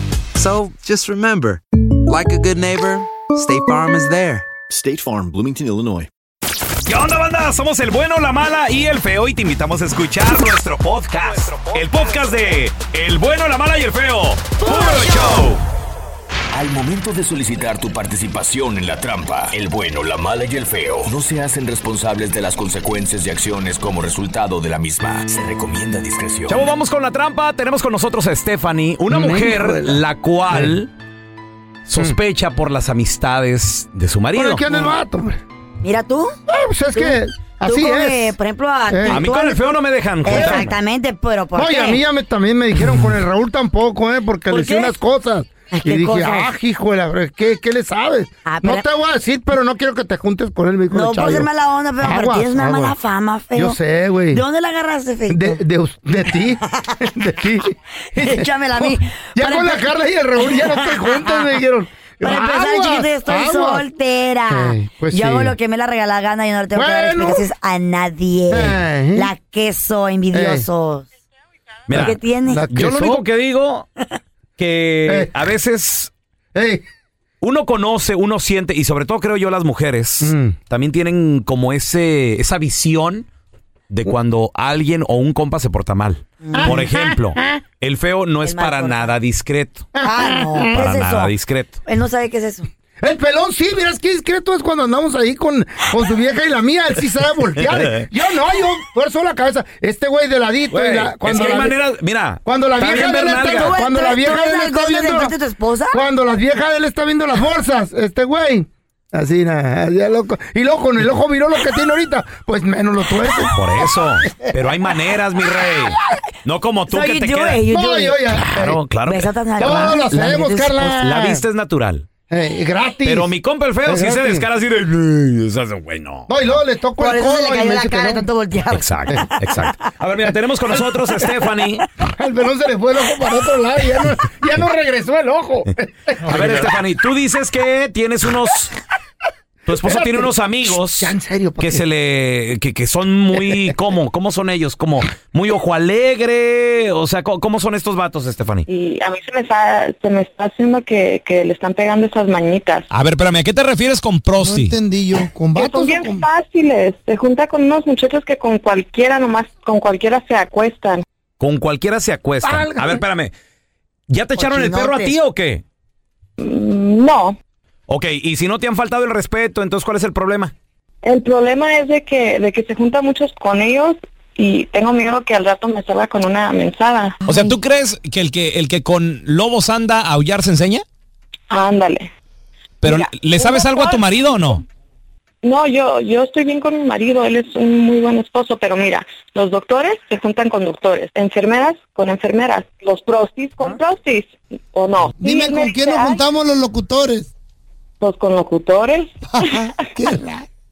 So just remember, like a good neighbor, State Farm is there. State Farm, Bloomington, Illinois. ¿Qué onda, banda? Somos el bueno, la mala y el feo y te invitamos a escuchar nuestro podcast. El podcast de El bueno, la mala y el feo. ¡Puro show! Al momento de solicitar tu participación en la trampa, el bueno, la mala y el feo no se hacen responsables de las consecuencias y acciones como resultado de la misma. Se recomienda discreción. Chavo, vamos con la trampa. Tenemos con nosotros a Stephanie, una Me hijo de mujer la- la cual sospecha por las amistades de su marido. Bueno, ¿qué onda el vato? hombre? Mira tú. Eh, pues es Tú- que así tú con, eh, es. por ejemplo, a, Eh. tú- A mí tú con a- el feo no me dejan juntarme. Exactamente, pero ¿por No, y qué? a mí ya me- también me dijeron con el Raúl tampoco, ¿eh? Porque ¿Por le hice qué? unas cosas. Ay, Y ¿qué dije, cosas? ah, hijo de la fre- ¿qué, ¿qué le sabes? Ah, no pero- te voy a decir, pero no quiero que te juntes con él, me dijo el No Chayo. por ser mala onda, pero, pero Aguas, tienes una aguas. mala fama, feo. Yo sé, güey. ¿De dónde la agarraste, feo? De, de, us- de ti, de ti. Échamela a mí. Ya Para con la empe- Carla y el Raúl ya no te juntas, me dijeron. Para empezar, Aguas, chiquito, yo estoy aguas. soltera. Ey, pues yo sí. hago lo que me la regala gana y no le tengo que dar Bueno. Eh. explicaciones a nadie. Ey. La queso, envidiosos. Mira, ¿Qué tiene? La- yo lo ¿Queso? único que digo que Eh. a veces Ey, uno conoce, uno siente, y sobre todo creo yo las mujeres, Mm. también tienen como ese, esa visión Mm. de cuando alguien o un compa se porta mal. Por ejemplo, el feo no es Ah. mal para portado. nada discreto. Ah, no. ¿Qué Para es nada eso? discreto. Él no sabe qué es eso. El pelón sí, miras qué discreto es cuando andamos ahí con, con su vieja y la mía, él sí sabe voltear. Yo no, yo tuerzo la cabeza. Este güey de ladito. y Güey, la- es cuando que hay la- maneras- mira, Cuando la está vieja bien de él ver está, nalga. cuando la ¿Tú- vieja tú de él eres está alcohol viendo después de tu esposa? cuando la vieja de él está viendo las bolsas, este güey. Así nada, ya loco. Y loco, con el ojo miró lo que tiene ahorita, pues menos lo tuerce. Por eso. Pero hay maneras, mi rey. No como tú So que you te do quedas. it, you do No, it. yo ya. Claro, claro. que- Besó tan Todos lo hacemos, Carla. La vista es natural. Ey, Eh, gratis. Pero mi compa el feo Es sí se gratis. descara así de. "Ey, esa es- Güey, no. No, y luego le toco Por el eso codo se le y cayó me la dice que cara de no. tanto voltear. Exacto, exacto. A ver, mira, tenemos con nosotros a Stephanie. Al pelón se le fue el ojo para otro lado y ya no, ya no regresó el ojo. A ver, Stephanie, tú dices que tienes unos. Tu esposo Espérate. tiene unos amigos Ya, en serio, ¿por que qué? se le que, que son muy cómo cómo son ellos como muy ojo alegre o sea cómo, cómo son estos vatos Stephanie Y a mí se me está, se me está haciendo que, que le están pegando esas mañitas. a ver espérame a qué te refieres con No entendí yo. ¿Con Que vatos son o bien con- fáciles. Se junta con unos muchachos que con cualquiera nomás, con cualquiera se acuestan. Con cualquiera se acuestan. Válgame. A ver, espérame. ¿Ya te echaron el perro a ti Cochinotes. o qué? Mm, No. Ok, y si no te han faltado el respeto, entonces ¿cuál es el problema? El problema es de que, de que se junta muchos con ellos y tengo miedo que al rato me salga con una mensada. O sea, ¿tú crees que el que el que con lobos anda a aullar se enseña? Ándale. Pero Mira, ¿le sabes una algo a tu cosa- marido o no? No, yo, yo estoy bien con mi marido, él es un muy buen esposo, pero mira, los doctores se juntan con doctores, enfermeras con enfermeras, los prostis con prostis, ¿o no? Y él me dice, "Ay, los locutores. Pues con locutores.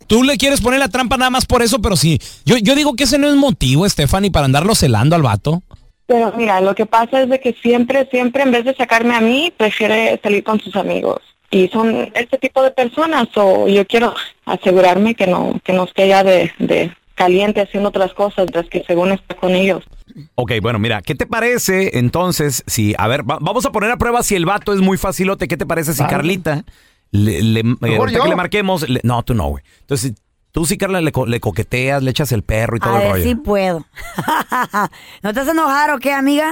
Tú le quieres poner la trampa nada más por eso, pero sí. Yo, yo digo que ese no es motivo, Stephanie, para andarlo celando al vato. Pero mira, lo que pasa es de que siempre, siempre, en vez de sacarme a mí, prefiere salir con sus amigos. y son este tipo de personas o yo quiero asegurarme que no que no esté ya de, de caliente haciendo otras cosas las que según está con ellos Ok, bueno, mira, ¿qué te parece entonces si, a ver, va- vamos a poner a prueba si el vato es muy facilote, ¿qué te parece si Vale. Carlita le, le- eh, ahorita yo. que le marquemos? le- no, tú no, güey. Entonces, tú sí, Carla, le, co- le coqueteas, le echas el perro y todo A el ver rollo. si puedo. ¿No te has enojado o qué, amiga?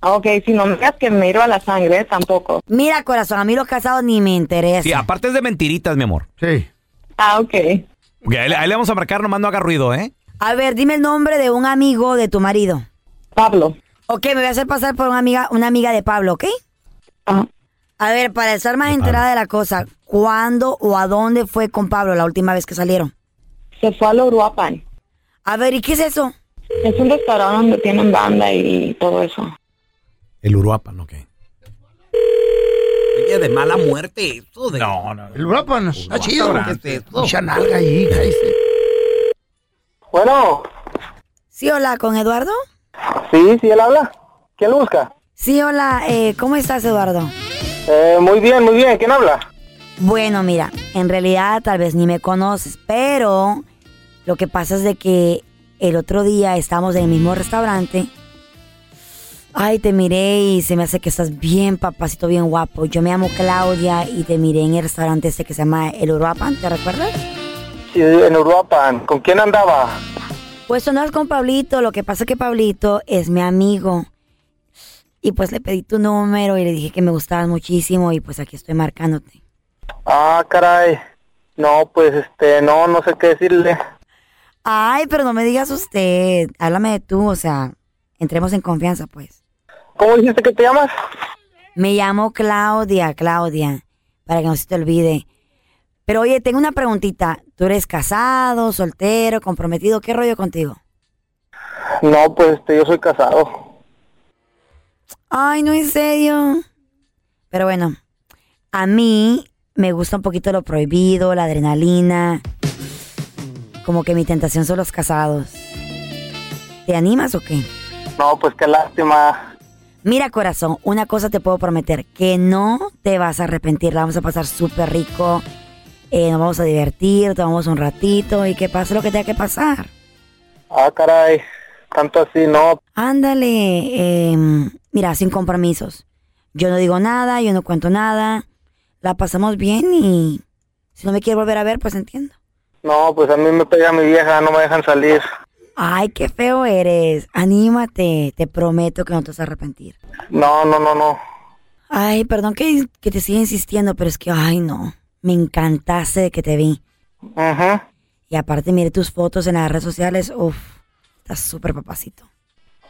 Ok, si no me que me a la sangre, tampoco. Mira, corazón, a mí los casados ni me interesan. Sí, aparte es de mentiritas, mi amor. Sí. Ah, ok. ahí, le- ahí le vamos a marcar, nomás no haga ruido, ¿eh? A ver, dime el nombre de un amigo de tu marido. Pablo. Ok, me voy a hacer pasar por una amiga, una amiga de Pablo, ¿ok? Ah. A ver, para estar más enterada de la cosa, ¿cuándo o a dónde fue con Pablo la última vez que salieron? Se fue a Loruapan. A ver, ¿y qué es eso? Es un restaurante donde tienen banda y todo eso. El Uruapan, ok. Oye, de mala muerte eso de... Ah, No, no. El Uruapan no está chido. ¿Qué es esto? Mucha nalga ahí, cállese. Bueno, Sí, hola, ¿con Eduardo? sí, sí, él habla. ¿Quién lo busca? Sí, hola, eh, ¿cómo estás, Eduardo? Eh, muy bien, muy bien. ¿Quién habla? Bueno, mira, en realidad tal vez ni me conoces, pero lo que pasa es de que el otro día estábamos en el mismo restaurante. Ay, te miré y se me hace que estás bien, papacito, bien guapo. Yo me llamo Claudia y te miré en el restaurante este que se llama El Uruapan, ¿te recuerdas? Sí, en Uruapan. ¿Con quién andaba? Pues no es con Pablito, lo que pasa es que Pablito es mi amigo. Y pues le pedí tu número y le dije que me gustabas muchísimo y pues aquí estoy marcándote. Ah, caray. No, pues este, no, no sé qué decirle. Ay, pero no me digas usted, háblame de tú, o sea, entremos en confianza pues. ¿Cómo dijiste que te llamas? Me llamo Claudia, Claudia, para que no se te olvide. Pero oye, tengo una preguntita, ¿tú eres casado, soltero, comprometido? ¿Qué rollo contigo? No, pues este, yo soy casado. Ay, no en serio. Pero bueno, a mí me gusta un poquito lo prohibido, la adrenalina. Como que mi tentación son los casados. ¿Te animas o qué? No, pues qué lástima. Mira, corazón, una cosa te puedo prometer, que no te vas a arrepentir. La vamos a pasar súper rico. eh, nos vamos a divertir, tomamos un ratito y que pase lo que tenga que pasar. Ah, caray. Tanto así, no. Ándale, em, mira, sin compromisos. Yo no digo nada, yo no cuento nada. La pasamos bien y si no me quieres volver a ver, pues entiendo. No, pues a mí me pega mi vieja, no me dejan salir. Ay, qué feo eres. Anímate, te prometo que no te vas a arrepentir. No, no, no, no. Ay, perdón que, que te siga insistiendo, pero es que, ay, no. Me encantaste de que te vi. Ajá. Y aparte, mire tus fotos en las redes sociales. Uf, estás súper papacito.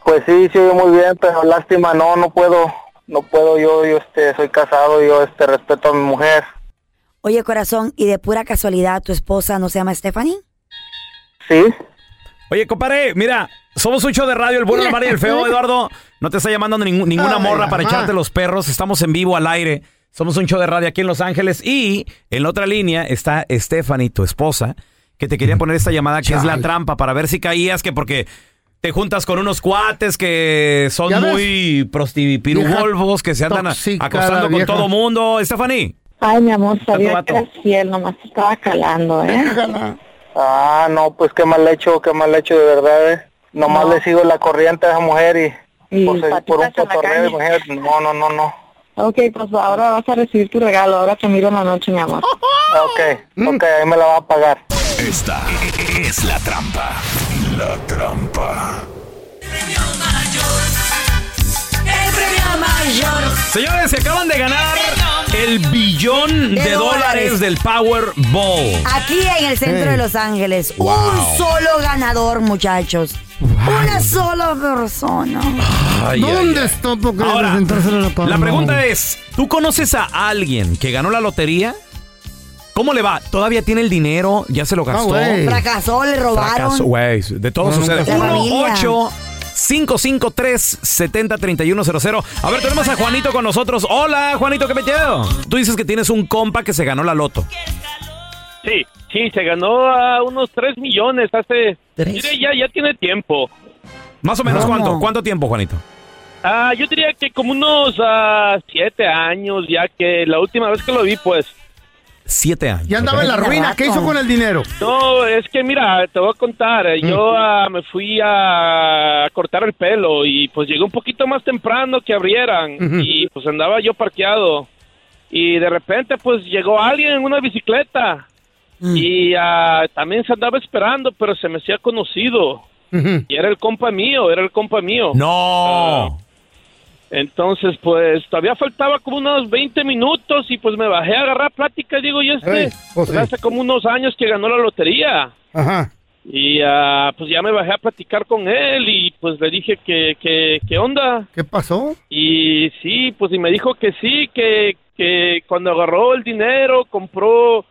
Pues sí, sí, muy bien, pero lástima, no, no puedo. No puedo, yo, yo este, soy casado, yo este, respeto a mi mujer. Oye, corazón, ¿y de pura casualidad tu esposa no se llama Stephanie? Sí. Oye, compadre, mira, somos un show de radio, el bueno, el mar y el feo, Eduardo. No te está llamando ningún- ninguna Ay, morra para mamá. echarte los perros. Estamos en vivo al aire. Somos un show de radio aquí en Los Ángeles. Y en la otra línea está Stephanie, tu esposa, que te Mm. quería poner esta llamada que es la trampa para ver si caías, que porque te juntas con unos cuates que son ¿Ya ves? muy prostipiruvolvos, que se andan a- tóxica, acostando la con vieja. todo mundo. Stephanie. Ay, mi amor, sabía Tanto que era fiel, nomás estaba calando, ¿eh? Ah, no, pues qué mal hecho, qué mal hecho de verdad, eh. Nomás le sigo la corriente a esa mujer y, por, se- por un cotorreo, imagínate. No, no, no, no. Ok, pues ahora vas a recibir tu regalo, ahora te miro en la noche, mi amor. Ok, ok, ahí me la va a pagar. Esta es la trampa. La trampa. Señores, se acaban de ganar el billón De de dólares dólares. del Powerball. Aquí en el centro Hey. de Los Ángeles, Wow. un solo ganador, muchachos. Una sola persona. Ay, ¿Dónde ay, ay. está? Porque Ahora, presentárselo a la La palma. pregunta es, ¿tú conoces a alguien que ganó la lotería? ¿Cómo le va? ¿Todavía tiene el dinero? ¿Ya se lo Ah, gastó? Fracasó, le robaron. Fracaso, güey. De todo No, sucede. nunca 1 sabía. 8 553 703100 A ver, tenemos a Juanito con nosotros. Hola, Juanito, ¿qué metido? Tú dices que tienes un compa que se ganó la loto. Sí, sí, se ganó a unos 3 millones hace... Mire, ya, ya tiene tiempo. Más o menos, ¿cuánto? ¿Cuánto tiempo, Juanito? Ah, yo diría que como unos ah, siete años, ya que la última vez que lo vi, pues. Siete años. Ya andaba en la ruina. ¿Qué hizo con el dinero? No, es que mira, te voy a contar. eh, Yo ah, me fui a, a cortar el pelo y pues llegué un poquito más temprano que abrieran Ujú. y pues andaba yo parqueado y de repente pues llegó alguien en una bicicleta y ah, también se andaba esperando, pero se me hacía conocido. Y era el compa mío, era el compa mío. Ah, No. entonces, pues, todavía faltaba como unos 20 minutos y pues me bajé a agarrar plática. Digo, y este, Ey, pues, pues, sí. hace como unos años que ganó la lotería. Ajá. Y ah, pues ya me bajé a platicar con él y pues le dije que, que, ¿qué onda? ¿Qué pasó? Y sí, pues y me dijo que sí, que, que cuando agarró el dinero compró,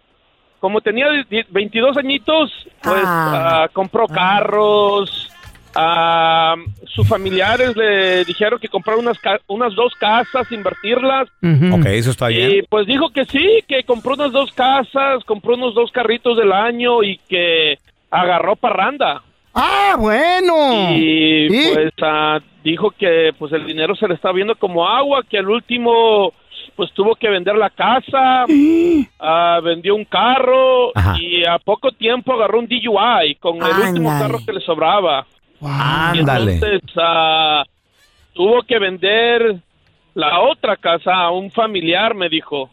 como tenía di- 22 añitos, pues ah, compró carros. ah, sus familiares le dijeron que comprar unas, ca- unas dos casas, invertirlas. Ok, eso está bien. Y pues dijo que sí, que compró unas dos casas, compró unos dos carritos del año y que agarró parranda. Ah, bueno. Y ¿Sí? pues ah, dijo que pues el dinero se le está viendo como agua, que al último pues tuvo que vender la casa, ah, vendió un carro y a poco tiempo agarró un DUI con el último carro que le sobraba. Y Ándale. Entonces ah, tuvo que vender la otra casa a un familiar, me dijo.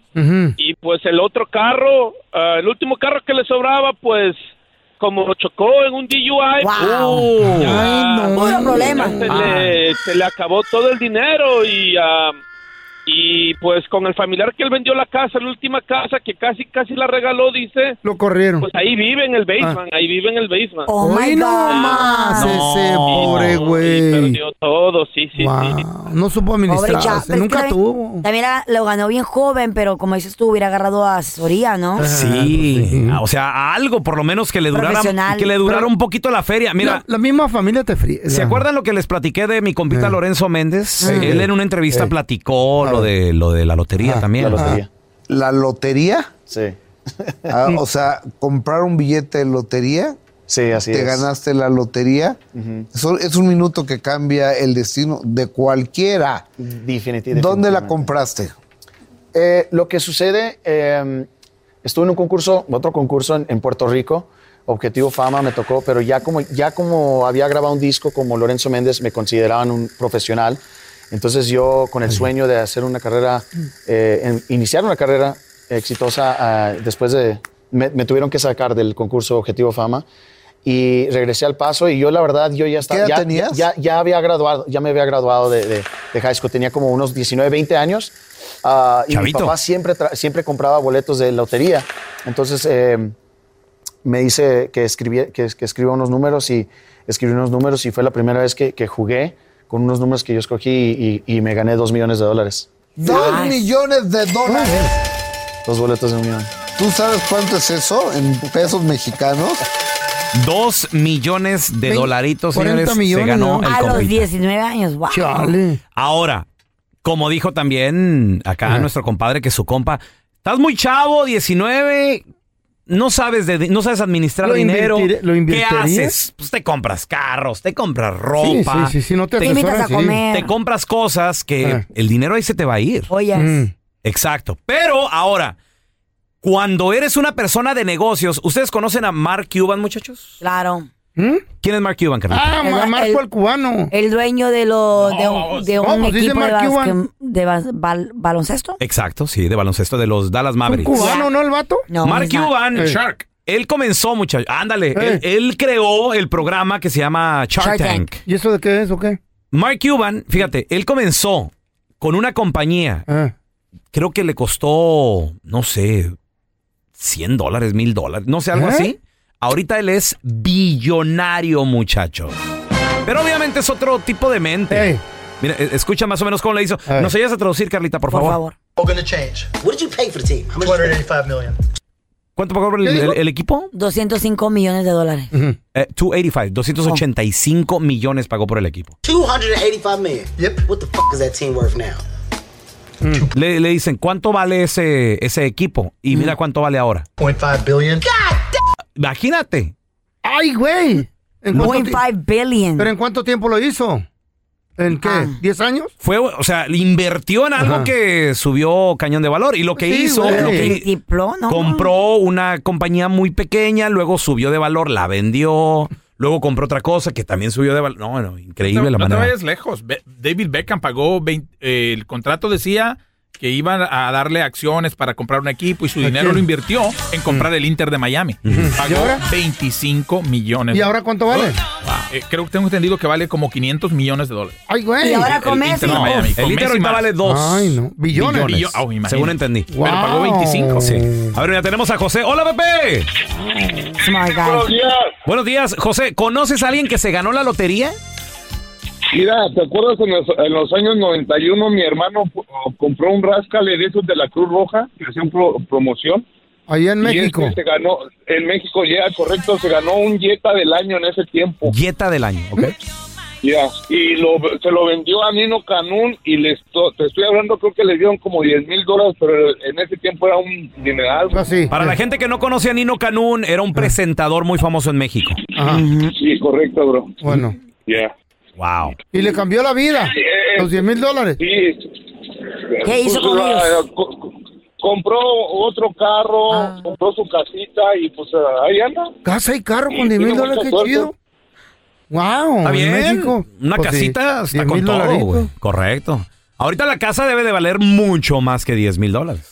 Y pues el otro carro, ah, el último carro que le sobraba, pues como chocó en un DUI, Wow. pues, ya, Puro problema. se, Ah. le, se le acabó todo el dinero y ah, y pues con el familiar que él vendió la casa, la última casa que casi casi la regaló, dice. Lo corrieron. Pues ahí vive en el basement, ahí vive en el basement. Oh, Hoy no más ese pobre güey. Perdió todo, sí, sí, sí. No supo Pobre administrarse. chavo, pero es que Nunca también- tuvo. También era- lo ganó bien joven, pero como dices tú, hubiera agarrado asesoría, ¿no? Sí, Ah, o sea, algo por lo menos que le durara, Profesional. que le durara Pero- un poquito la feria. Mira, La misma familia te fría. ¿se acuerdan lo que les platiqué de mi compita Lorenzo Méndez? Sí. Él en una entrevista Sí. Ah, platicó lo de lo de la lotería también. La lotería. ¿La lotería? Sí. o sea, comprar un billete de lotería. Sí, así Te es. ganaste la lotería. Eso es un minuto que cambia el destino de cualquiera. Definitivamente. ¿Dónde la compraste? Eh, lo que sucede, eh, estuve en un concurso, otro concurso en, en Puerto Rico, Objetivo Fama me tocó, pero ya como, ya como había grabado un disco como Lorenzo Méndez, me consideraban un profesional. Entonces yo con el sueño de hacer una carrera, eh, en- iniciar una carrera exitosa ah, después de, me, me tuvieron que sacar del concurso Objetivo Fama. Y regresé al paso y yo la verdad, yo ya estaba... edad ya, tenías? Ya, ya había graduado, ya me había graduado de, de- de high school, tenía como unos 19, 20 años. Ah, y mi Chavito. papá siempre, tra- siempre compraba boletos de lotería. Entonces eh, me dice que, escribí- que, que escriba unos números y escribí unos números y fue la primera vez que, que jugué con unos números que yo escogí y, y- y me gané dos millones de dólares. Dos millones de dólares. Dos boletos de un millón. ¿Tú sabes cuánto es eso en pesos mexicanos? Dos millones de Vein- dolaritos, 40 señores, millones, se ganó ¿no? el A los compita. 19 años, wow. Ahora, como dijo también acá nuestro compadre que su compa, estás muy chavo, 19, no sabes de, no sabes administrar Lo dinero. invertiré- lo ¿Qué invertirías? haces? Pues te compras carros, te compras ropa. sí, sí, sí, no te te, asesoras, Te invitas a sí. Ah. comer. te compras cosas que el dinero ahí se te va a ir. Oye. Mm. Exacto. Pero ahora, cuando eres una persona de negocios, ¿ustedes conocen a Mark Cuban, muchachos? Claro. ¿Quién es Mark Cuban, carnal? ¿Mm? Ah, ma- Marco el cubano. El dueño de, lo, de un, de No, un pues dice equipo de, Mark basque- Cuban. de bas- bal- baloncesto. Exacto, sí, de baloncesto de los Dallas Mavericks. ¿Cubano, no el vato? Mark Cuban, Eh. Él comenzó, muchachos. Ándale, Eh. él, él creó el programa que se llama Shark, Tank. ¿Y eso de qué es o qué? Mark Cuban, fíjate, él comenzó con una compañía. Ah. Creo que le costó, no sé, 100 dólares, 1000 dólares, no sé, algo ¿Eh? así. Ahorita él es billonario, muchacho. Pero obviamente es otro tipo de mente. Mira, e- escucha más o menos cómo le hizo. Nos ayudas a traducir, Carlita, por, favor. All going to change. What did you pay for the team? How much 285 million. ¿Cuánto pagó el, el- el equipo? 205 millones de dólares. Eh, 285, 285 millones pagó por el equipo. 285 million. Yep. What the fuck is that team worth now? Le, le dicen, ¿cuánto vale ese, ese equipo? Y mira cuánto vale ahora. 0.5 billion. Imagínate. ¡Ay, güey! ¿En cuánto ti- billion. ¿Pero en cuánto tiempo lo hizo? ¿En qué? ¿10 años? Fue, o sea, le invirtió en algo Ajá. que subió cañón de valor. Y lo que Sí, hizo, güey. lo que- Multipló, ¿no? compró una compañía muy pequeña, luego subió de valor, la vendió, luego compró otra cosa que también subió de valor. No, no, increíble no, la no te manera. vayas lejos. Be- David Beckham pagó 20 eh, el contrato decía que iban a darle acciones para comprar un equipo y su ¿A dinero quién? Mm. lo invirtió en comprar el Inter de Miami. ¿Y Pagó ahora? 25 millones. ¿Y ahora cuánto vale? Oh. Eh, creo que tengo entendido que vale como 500 millones de dólares. Ay, güey. Y ahora El- el comes. Inter de Miami. El Con Inter Messi ahorita más. vale dos Ay, no. Billones. Billo- Oh, imagínate. según entendí. Pero pagó 25. Sí. A ver, ya tenemos a José. ¡Hola, Pepe! Buenos días. Buenos días, José. ¿Conoces a alguien que se ganó la lotería? Mira, ¿te acuerdas en los, en los años 91 mi hermano oh, compró un rascale de esos de la Cruz Roja, que hacían pro- promoción? Allá en Y este México. se ganó, en México, ya, correcto, se ganó un Jetta del año en ese tiempo. Dieta del año, ¿ok? Ya, y lo, se lo vendió a Nino Canún y le esto- te estoy hablando, creo que le dieron como 10 mil dólares, pero en ese tiempo era un dineral. Para la gente que no conoce a Nino Canún, era un presentador muy famoso en México. Sí, correcto, bro. Bueno. Ya. Eh, Wow. Y le cambió la vida. Los 10 mil dólares. ¿Qué hizo con ellos? eh, Ah. Compró otro carro, compró su casita y pues ah, ahí anda. Casa y carro con Y 10 mil tiene dólares, mucha qué suerte. chido. Wow. Está bien. En México. Una Pues sí, casita está 10,000 con todo, dolaritos. güey. Correcto. Ahorita la casa debe de valer mucho más que 10 mil dólares.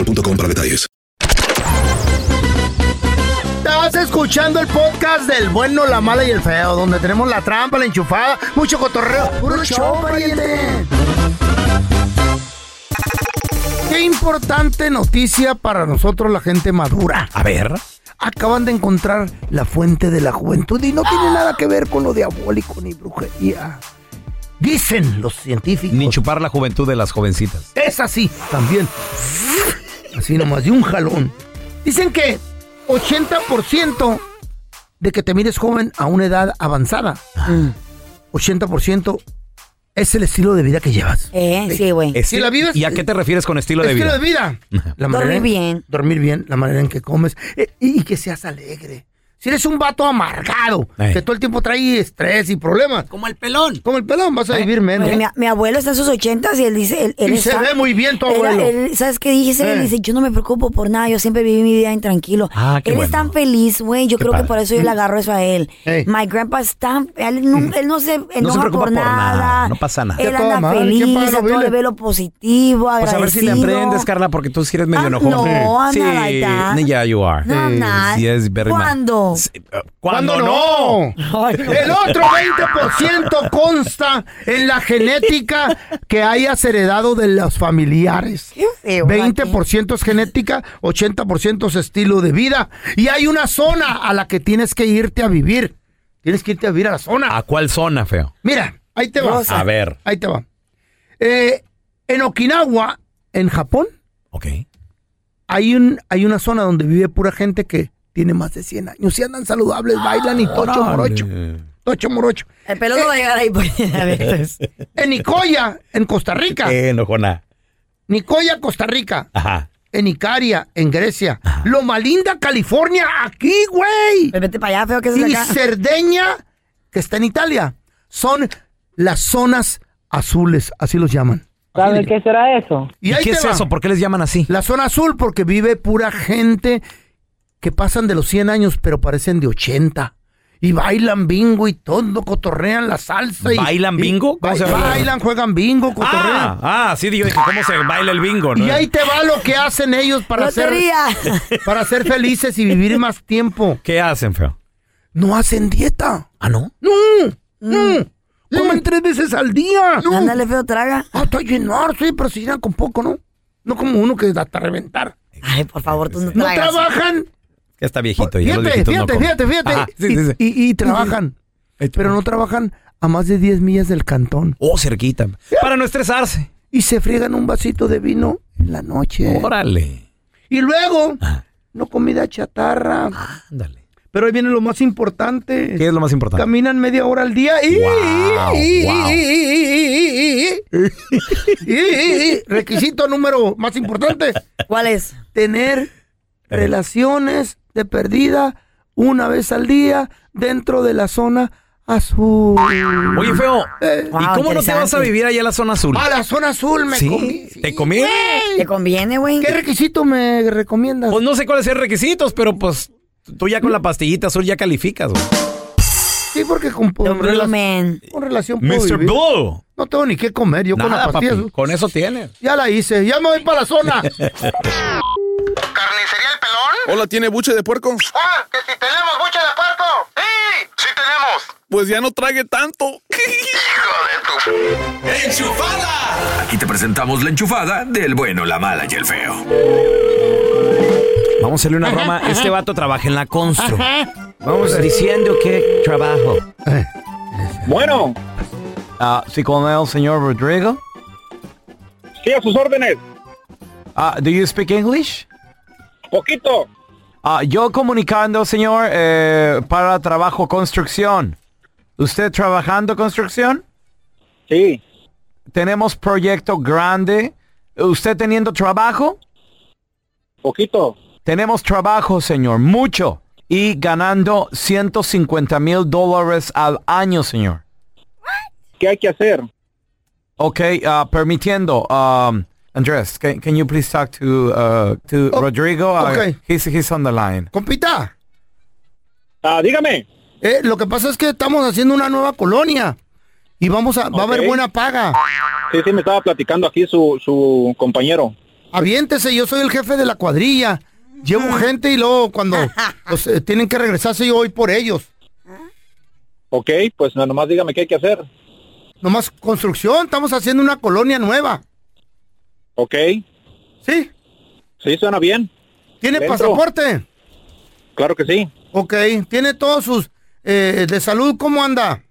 para detalles. Estás escuchando el podcast del bueno, la mala y el feo, donde tenemos la trampa, la enchufada, mucho cotorreo. ¡Puro show, pariente! Qué importante noticia para nosotros, la gente madura. A ver. Acaban de encontrar pues, la fuente de la juventud y no tiene nada que ver con lo diabólico ni brujería. Dicen los científicos. Ni chupar la juventud de las jovencitas. Es así también. Así nomás, de un jalón. Dicen que 80% de que te mires joven a una edad avanzada, Mm. 80% es el estilo de vida que llevas. Eh, sí, güey. Si la vives- ¿Y a qué te refieres con estilo de vida? Estilo de vida. La manera en- Dormir bien. Dormir bien, la manera en que comes eh, y que seas alegre. Si eres un vato amargado, Eh. que todo el tiempo trae estrés y problemas. Como el pelón. Como el pelón, vas a vivir menos. Oye, Eh, Mi, mi abuelo está en sus ochentas y él dice... Él, él Y se está- ve muy bien tu Él- abuelo. él- ¿Sabes qué dice? Él Eh. dice, yo no me preocupo por nada, yo siempre viví mi vida intranquilo. Ah, qué él es bueno. tan feliz, güey, yo Qué creo padre. que por eso yo le agarro eso a él. Ey. My grandpa es tan... Él no, él no se enoja Mm. no se preocupa por, nada. no pasa nada. Él a toda anda madre, qué feliz, padre, a todo vele. le ve lo positivo, Pues agradecido. a ver si le aprendes, Carla, porque tú sí eres medio Ah, enojón. no, I'm sí, not like that. yeah, you are. No, I'm not. Sí, es very much. ¿Cuándo? eh, ¿Cuándo ¿Cuándo no? El otro 20% consta en la genética que hayas heredado de los familiares. 20% es genética, 80% es estilo de vida. Y hay una zona a la que tienes que irte a vivir. Tienes que irte a vivir a la zona. ¿A cuál zona, feo? Mira, ahí te va. Rosa. A ver. Ahí te va. Eh, en Okinawa, en Japón, Ok. hay, un, hay una zona donde vive pura gente que tiene más de 100 años. Si andan saludables, Ah, bailan y tocho morocho. Tocho morocho. Eh, El pelo no va a llegar ahí por a veces. En Nicoya, en Costa Rica. Eh, enojona. Nicoya, Costa Rica. Ajá. En Icaria, en Grecia. Loma Linda, California, aquí, güey. Vete para allá, feo que Y acá. Cerdeña, que está en Italia. Son las zonas azules, así los llaman. ¿Sabe qué será eso? ¿Y, qué es eso? ¿Por qué les llaman así? La zona azul, porque vive pura gente que pasan de los 100 años, pero parecen de 80. Y bailan bingo y todo, cotorrean la salsa. Y, ¿Bailan y- bingo? ¿Cómo ba- se llama? bailan, juegan bingo, cotorrean. Ah, ah, sí, digo, dije, ¿cómo se baila el bingo? no? Y ahí te va lo que hacen ellos para ser, Lotería. para ser felices y vivir más tiempo. ¿Qué hacen, feo? No hacen dieta. ¿Ah, no? No, no. Mm. Comen tres veces al día. Ah, No. Ándale, feo, traga. Hasta llenarse, pero si llenan con poco, ¿no? No como uno que hasta reventar. Ay, por favor, tú no No tragas. trabajan. Ya está viejito. ya los Fíjate, viejitos no fíjate, comen. fíjate, fíjate. Ajá, sí, y, sí, sí. y- y trabajan. Pero no trabajan a más de 10 millas del cantón. Oh, cerquita. Para no estresarse. Y se friegan un vasito de vino en la noche. Órale. Y luego, no comida chatarra. Ah. Ándale. Pero ahí viene lo más importante. ¿Qué es lo más importante? Caminan media hora al día y... Guau, y- guau. y- y- y- y- Requisito número más importante. ¿Cuál es? Eh. Tener relaciones de perdida una vez al día dentro de la zona azul. Oye, feo, Eh, ¿y cómo no te vas a vivir allá en la zona azul? A Ah, la zona azul me ¿Sí? comí. ¿Te comí? ¿Te conviene, güey? ¿Qué requisito me recomiendas? Pues no sé cuáles son los requisitos, pero pues tú ya con la pastillita azul ya calificas, güey. Sí, porque con, con Don Blue relación- Man. con relación puedo Mr. vivir. Blue. No tengo ni qué comer, yo con Nada, la pastilla papi, azul. con eso tienes. Ya la hice, ya me voy para la zona. Hola, ¿tiene buche de puerco? ¡Ah! ¡Que si tenemos buche de puerco! ¡Sí! ¡Sí tenemos! Pues ya no trague tanto. Aquí te presentamos la enchufada del bueno, la mala y el feo. Vamos a hacerle una broma. Este vato trabaja en la constru. Vamos diciendo que trabajo. Bueno, Ah, sí, con el señor Rodrigo. sí, a sus órdenes. Ah, do you speak English? Poquito. Ah, yo comunicando, señor, eh, para trabajo construcción. ¿Usted trabajando construcción? Sí. Tenemos proyecto grande. ¿Usted teniendo trabajo? Poquito. Tenemos trabajo, señor, mucho. Y ganando 150 mil dólares al año, señor. ¿Qué hay que hacer? Okay, uh, permitiendo. Um, Andres, can, can you please talk to uh, to Oh, Rodrigo? Uh, okay. he's he's on the line. Compita. Ah, dígame. Eh, lo que pasa es que estamos haciendo una nueva colonia y vamos a, va a haber Ok. buena paga. Sí, sí, me estaba platicando aquí su, su compañero. Aviéntese, yo soy el jefe de la cuadrilla. Llevo gente y luego cuando pues, eh, tienen que regresarse yo voy por ellos. Ok, pues nada más dígame qué hay que hacer. Nomás construcción, estamos haciendo una colonia nueva. Ok. Sí. Sí, suena bien. ¿Tiene Dentro. pasaporte? Claro que sí. Ok, tiene todos sus... eh, de salud, ¿cómo anda?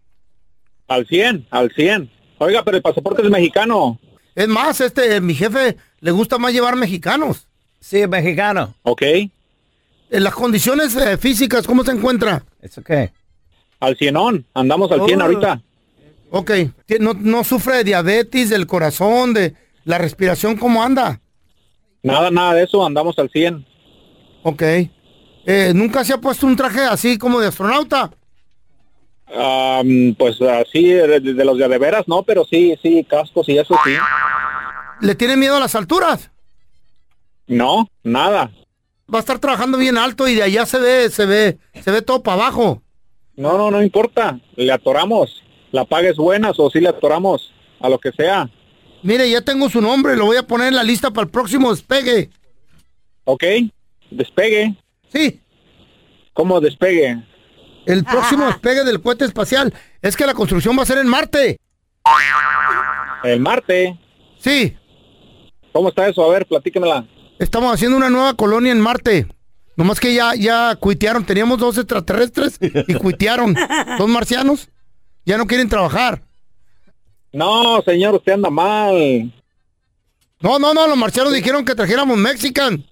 Al 100, al 100. Oiga, pero el pasaporte es mexicano. Es más, este, eh, mi jefe le gusta más llevar mexicanos. Sí, mexicano. Ok, En las condiciones eh, físicas, ¿cómo se encuentra? It's okay. al 100. Andamos al 100 Oh. ahorita. Ok, Ti- no, no sufre de diabetes, del corazón, de la respiración, ¿cómo anda? Nada, nada de eso. Andamos al 100. Ok. Eh, ¿Nunca se ha puesto un traje así como de astronauta? Am, pues así, de, de los de a de veras, no, pero sí, sí, cascos y eso sí. ¿Le tiene miedo a las alturas? No, nada. Va a estar trabajando bien alto y de allá se ve, se ve, se ve todo para abajo. No, no, no importa. Le atoramos. La paga es buena o sí le atoramos. A lo que sea. Mire, ya tengo su nombre, lo voy a poner en la lista para el próximo despegue. Ok, despegue. Sí. ¿Cómo despegue? El próximo despegue del cohete espacial. Es que la construcción va a ser en Marte. El martes. Sí, ¿Cómo está eso? A ver, platíquemela. Estamos haciendo una nueva colonia en Marte. Nomás que ya, ya cuitearon. Teníamos dos extraterrestres y cuitearon. Dos marcianos. Ya no quieren trabajar. No, señor, usted anda mal. No, no, no. Los marcianos dijeron que trajéramos Mexican.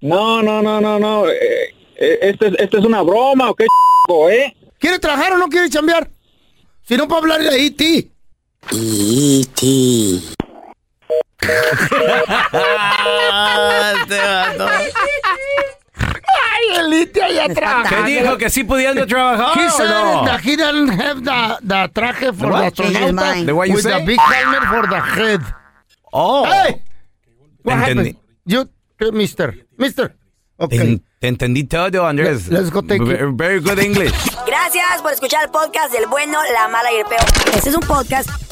No, no, no, no, no. eh, eh, este, este es una broma o qué ch- eh? ¿Quiere trabajar o no quiere chambear? Si no, para hablar de E.T. E.T. Ay, el IT allá atrás. ¿Qué dijo? ¿Que sí pudiendo trabajar He o said no? that he doesn't have the, the traje for the what? Change his astronaut mind. The what you with say? the big helmet for the head. Oh. Hey! What Entendí. happened? You, uh, mister, mister. Okay. Te- Te entendí todo, Andrés. Let's go take Ve- Very good English. Gracias por escuchar el podcast del bueno, la mala y el peor. Este es un podcast